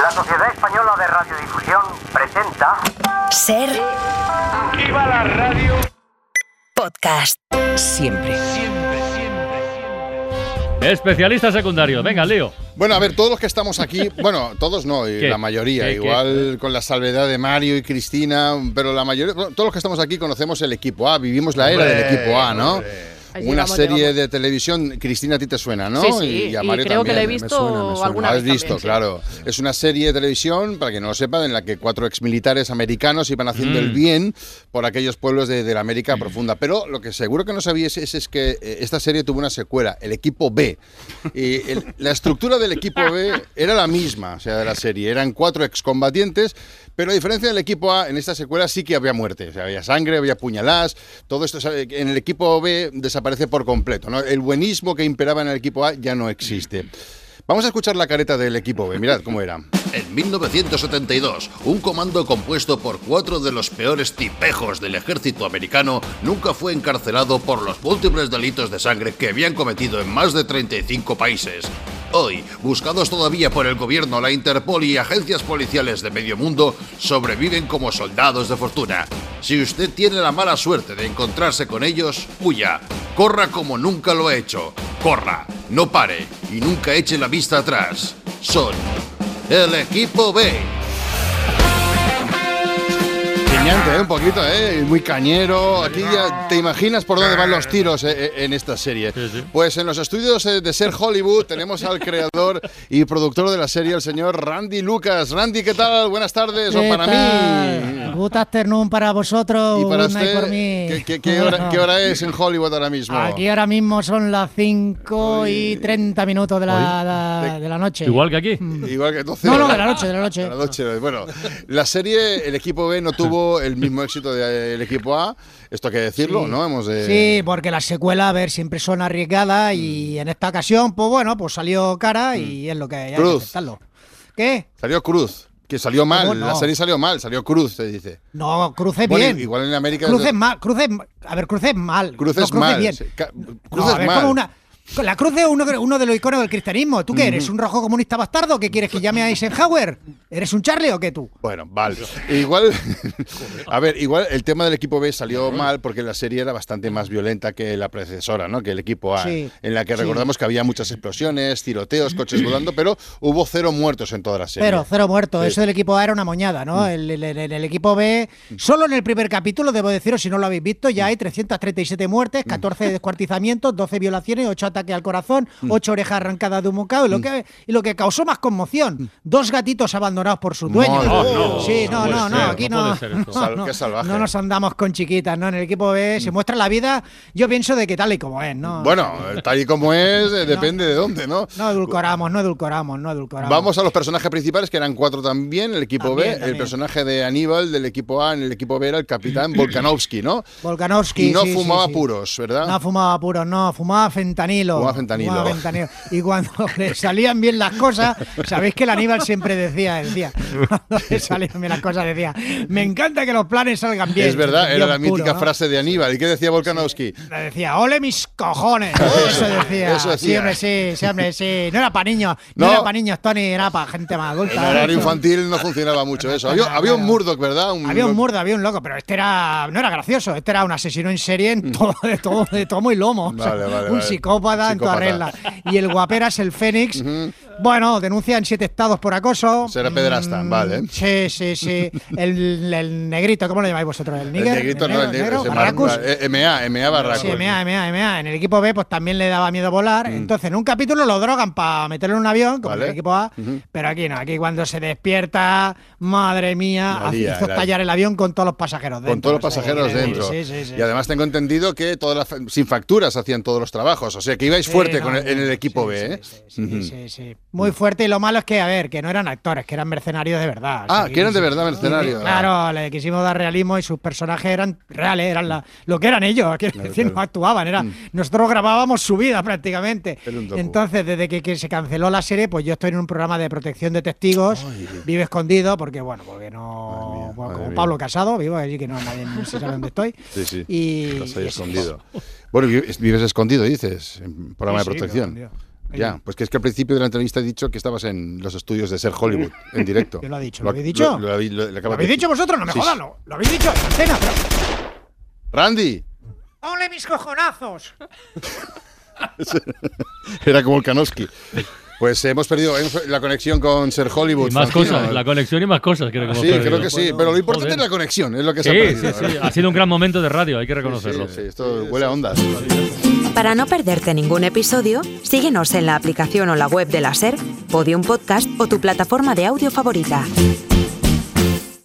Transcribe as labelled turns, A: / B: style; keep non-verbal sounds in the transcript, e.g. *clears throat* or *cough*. A: La Sociedad Española de Radiodifusión presenta
B: Ser
C: ¡Viva la radio!
B: podcast.
D: siempre.
E: Especialista secundario, venga, Leo.
F: Bueno, a ver, todos los que estamos aquí, bueno, todos no, eh,
E: ¿Qué?
F: la mayoría,
E: ¿Qué, qué?
F: igual con la salvedad de Mario y Cristina, pero la mayoría, bueno, todos los que estamos aquí conocemos el equipo A, vivimos la era del equipo A, ¿no?
G: Ahí
F: Una
G: llegamos,
F: serie
G: llegamos.
F: de televisión, Cristina, a ti te suena, ¿no?
G: Sí, sí, y creo que la he
F: me
G: visto
F: suena, me suena.
G: alguna
F: Has
G: vez
F: visto,
G: también, sí.
F: claro. Es una serie de televisión, para que no lo sepan, en la que cuatro exmilitares americanos iban haciendo el bien por aquellos pueblos de, de la América profunda. Pero lo que seguro que no sabíais es, es que eh, esta serie tuvo una secuela, el equipo B. Y el- la estructura del equipo B era la misma, o sea, de la serie. Eran cuatro excombatientes, pero a diferencia del equipo A, en esta secuela sí que había muerte. O sea, había sangre, había puñaladas, todo esto ¿sabe? en el equipo B desaparece por completo. ¿no? El buenismo que imperaba en el equipo A ya no existe. Vamos a escuchar la careta del equipo B, mirad cómo era.
H: En 1972, un comando compuesto por cuatro de los peores tipejos del ejército americano nunca fue encarcelado por los múltiples delitos de sangre que habían cometido en más de 35 países. Hoy, buscados todavía por el gobierno, la Interpol y agencias policiales de medio mundo, sobreviven como soldados de fortuna. Si usted tiene la mala suerte de encontrarse con ellos, huya. Corra como nunca lo ha hecho. Corra, no pare y nunca eche la vista atrás. Son el equipo B.
F: Piñante, ¿eh? un poquito, ¿eh? muy cañero. Aquí ya te imaginas por dónde van los tiros eh, en esta serie. Pues en los estudios eh, de Ser Hollywood tenemos al creador y productor de la serie, el señor Randy Lucas. Randy, ¿qué tal? Buenas tardes, o
I: ¿Qué
F: para
I: tal?
F: mí.
I: Good afternoon para vosotros,
F: Y para
I: good night
F: usted,
I: por mí.
F: ¿qué, qué- qué hora, qué hora es en Hollywood ahora mismo?
I: Aquí ahora mismo son las 5 y 30 minutos de la, la- de la noche.
E: Igual que aquí.
F: Igual que 12
I: No, no,
F: horas.
I: de la noche, de la noche.
F: La noche, bueno, la serie, el equipo B no tuvo el mismo éxito del equipo A. Esto hay que decirlo, ¿no? Hemos de-
I: Sí, porque las secuelas, a ver, siempre son arriesgadas
F: Mm.
I: y en esta ocasión, pues bueno, pues salió cara y es lo que hay, hay que
F: Cruz.
I: aceptarlo. ¿Qué?
F: Salió Cruz, que salió mal.
I: ¿Cómo no?
F: La serie salió mal, salió Cruz, se dice.
I: No, cruces
F: Bueno,
I: bien.
F: igual en América.
I: Cruces mal, cruces, a ver, cruces mal.
F: Cruces
I: no, cruces
F: mal,
I: bien.
F: sí, ca-
I: No,
F: cruces
I: a ver,
F: mal.
I: como una- la cruz es uno, de- uno de los iconos del cristianismo. ¿Tú qué eres? ¿Un rojo comunista bastardo? ¿Qué quieres que llame a Eisenhower? ¿Eres un Charlie o qué tú?
F: Bueno, vale. Igual, *laughs* a ver, igual el tema del equipo B salió mal porque la serie era bastante más violenta que la predecesora, ¿no? Que el equipo A,
I: Sí,
F: en la que
I: sí.
F: recordamos que había muchas explosiones, tiroteos, coches volando, pero hubo cero muertos en toda la serie.
I: Cero, cero muertos.
F: Sí. Mm.
I: Eso del equipo A era una moñada, ¿no? El, el- el- el equipo B, solo en el primer capítulo, debo deciros, si no lo habéis visto,
F: Mm.
I: ya hay 337 muertes,
F: *laughs*
I: 14 descuartizamientos, 12 violaciones, 8 ataques al corazón,
F: Mm.
I: 8 orejas arrancadas de un bocado. Y lo, que, y lo que causó más conmoción, dos gatitos abandonados por sus dueños.
F: Mm. Madre mía.
E: no,
I: sí, no,
E: no
I: no,
E: puede
I: no,
E: ser,
I: aquí
E: no
I: *laughs* no.
E: puede ser esto.
F: Sal- qué salvaje. Mm.
I: no nos andamos con chiquitas, ¿no? En el equipo B se muestra la vida, yo pienso de que tal y como es, ¿no?
F: Bueno, tal y como es, eh, depende de dónde, ¿no?
I: No edulcoramos, no edulcoramos, no edulcoramos.
F: Vamos a los personajes principales, que eran cuatro también, el equipo
I: También,
F: B, el
I: también.
F: personaje de Aníbal del equipo A, en el equipo B era el
I: *clears throat*
F: capitán Volkanovski, ¿no?
I: Volkanovski.
F: y no
I: sí, sí,
F: fumaba
I: sí.
F: puros, ¿verdad?
I: No fumaba puros, no, fumaba fentanilo.
F: ¿Ah? Fumaba fentanilo.
I: fentanilo. Y cuando *laughs* le salían bien las cosas, sabéis que el Aníbal siempre decía,
F: *laughs*
I: decía, cuando le salían bien las cosas, decía, me encanta que los planes salgan bien.
F: es verdad, era
I: Guión
F: la mítica
I: puro, ¿no?
F: frase de Aníbal. ¿Y qué decía Volkanovski?
I: Le decía, ole mis cojones. Eso
F: *laughs*
I: decía.
F: Eso decía.
I: Sí, hombre, sí, sí, hombre, sí. No era para niños, no,
F: No.
I: era para niños, Tony, era para gente más adulta.
F: En horario infantil no funcionaba mucho eso. Había, había un
I: Claro.
F: Murdoch, ¿verdad? Un
I: Había un
F: Murdoch.
I: murdo, había un loco, pero este era no era gracioso, este era un asesino en serie en todo, de, todo, de tomo y lomo. o sea,
F: Vale, vale,
I: un
F: vale.
I: psicópata, en toda
F: Psicópata.
I: regla. Y el guaperas, el Fénix, bueno, denuncia en siete estados por acoso. Mm,
F: Será pederasta, vale.
I: Sí, sí, sí. El, el negrito, ¿cómo lo llamáis vosotros? El
F: El
I: níger?
F: negrito, no, el negro. ese
I: barracus.
F: Mar- eh, MA, MA Barracus.
I: Sí, MA, MA, MA. En el equipo B, pues también le daba miedo volar. Entonces, en un capítulo lo drogan para meterlo en un avión, como en
F: Mm. Vale.
I: el equipo A. Pero aquí no, aquí cuando se despierta, madre mía,
F: La lía,
I: hizo
F: la-
I: estallar el avión con todos los pasajeros dentro.
F: Con todos los
I: o sea,
F: pasajeros
I: sí,
F: dentro.
I: Sí, sí, sí.
F: Y además tengo entendido que todas las, fa- sin facturas hacían todos los trabajos. O sea que ibais
I: Sí,
F: fuerte
I: no,
F: con el- en el
I: sí,
F: equipo
I: sí,
F: B, ¿eh?
I: sí, sí, sí, sí. Muy fuerte y lo malo es que, a ver, que no eran actores, que eran mercenarios de verdad. o sea,
F: Ah, que eran de verdad
I: sí,
F: mercenarios.
I: Claro, le quisimos dar realismo y sus personajes eran reales, eran la- lo que eran ellos, quiero decir, no actuaban, era, nosotros grabábamos su vida prácticamente.
F: Mm. Era un docu.
I: Entonces, desde que, que se canceló la serie, pues yo estoy en un programa de protección de testigos, vivo escondido, porque bueno, porque no,
F: Madre mía,
I: bueno,
F: madre
I: como
F: mía.
I: Pablo Casado, vivo allí que no nadie se sabe dónde estoy.
F: Sí, sí.
I: Y,
F: Estás ahí
I: y eso es.
F: escondido. Bueno, vi- vives escondido, dices, en programa
I: Sí,
F: de
I: sí,
F: protección.
I: vivo escondido.
F: Ya, pues que es que al principio de la entrevista he dicho que estabas en los estudios de Ser
I: *laughs*
F: Hollywood, en directo.
I: Yo lo he dicho, ¿lo he
F: lo-
I: dicho?
F: lo habéis- lo- lo
I: ¿Lo
F: acabas
I: habéis
F: de
I: dicho
F: decir.
I: vosotros? No me
F: Sí,
I: jodas,
F: sí.
I: lo, lo habéis dicho en la escena, pero.
F: ¡Randy! *laughs*
I: ¡Ole mis cojonazos!
F: Era como el Kanowski. Pues hemos perdido hemos- la conexión con Ser Hollywood.
E: Y más
F: Francino.
E: cosas, la conexión y más cosas, creo que hemos
F: eh. Ah, Sí,
E: perdido.
F: creo que sí, pero lo importante
E: Joder.
F: es la conexión, es lo que se ha
E: Sí,
F: perdido.
E: sí, sí. Ha sido un gran momento de radio, hay que reconocerlo.
F: Sí, sí, esto huele a ondas.
B: Para no perderte ningún episodio, síguenos en la aplicación o la web de la SER, Podium Podcast o tu plataforma de audio favorita.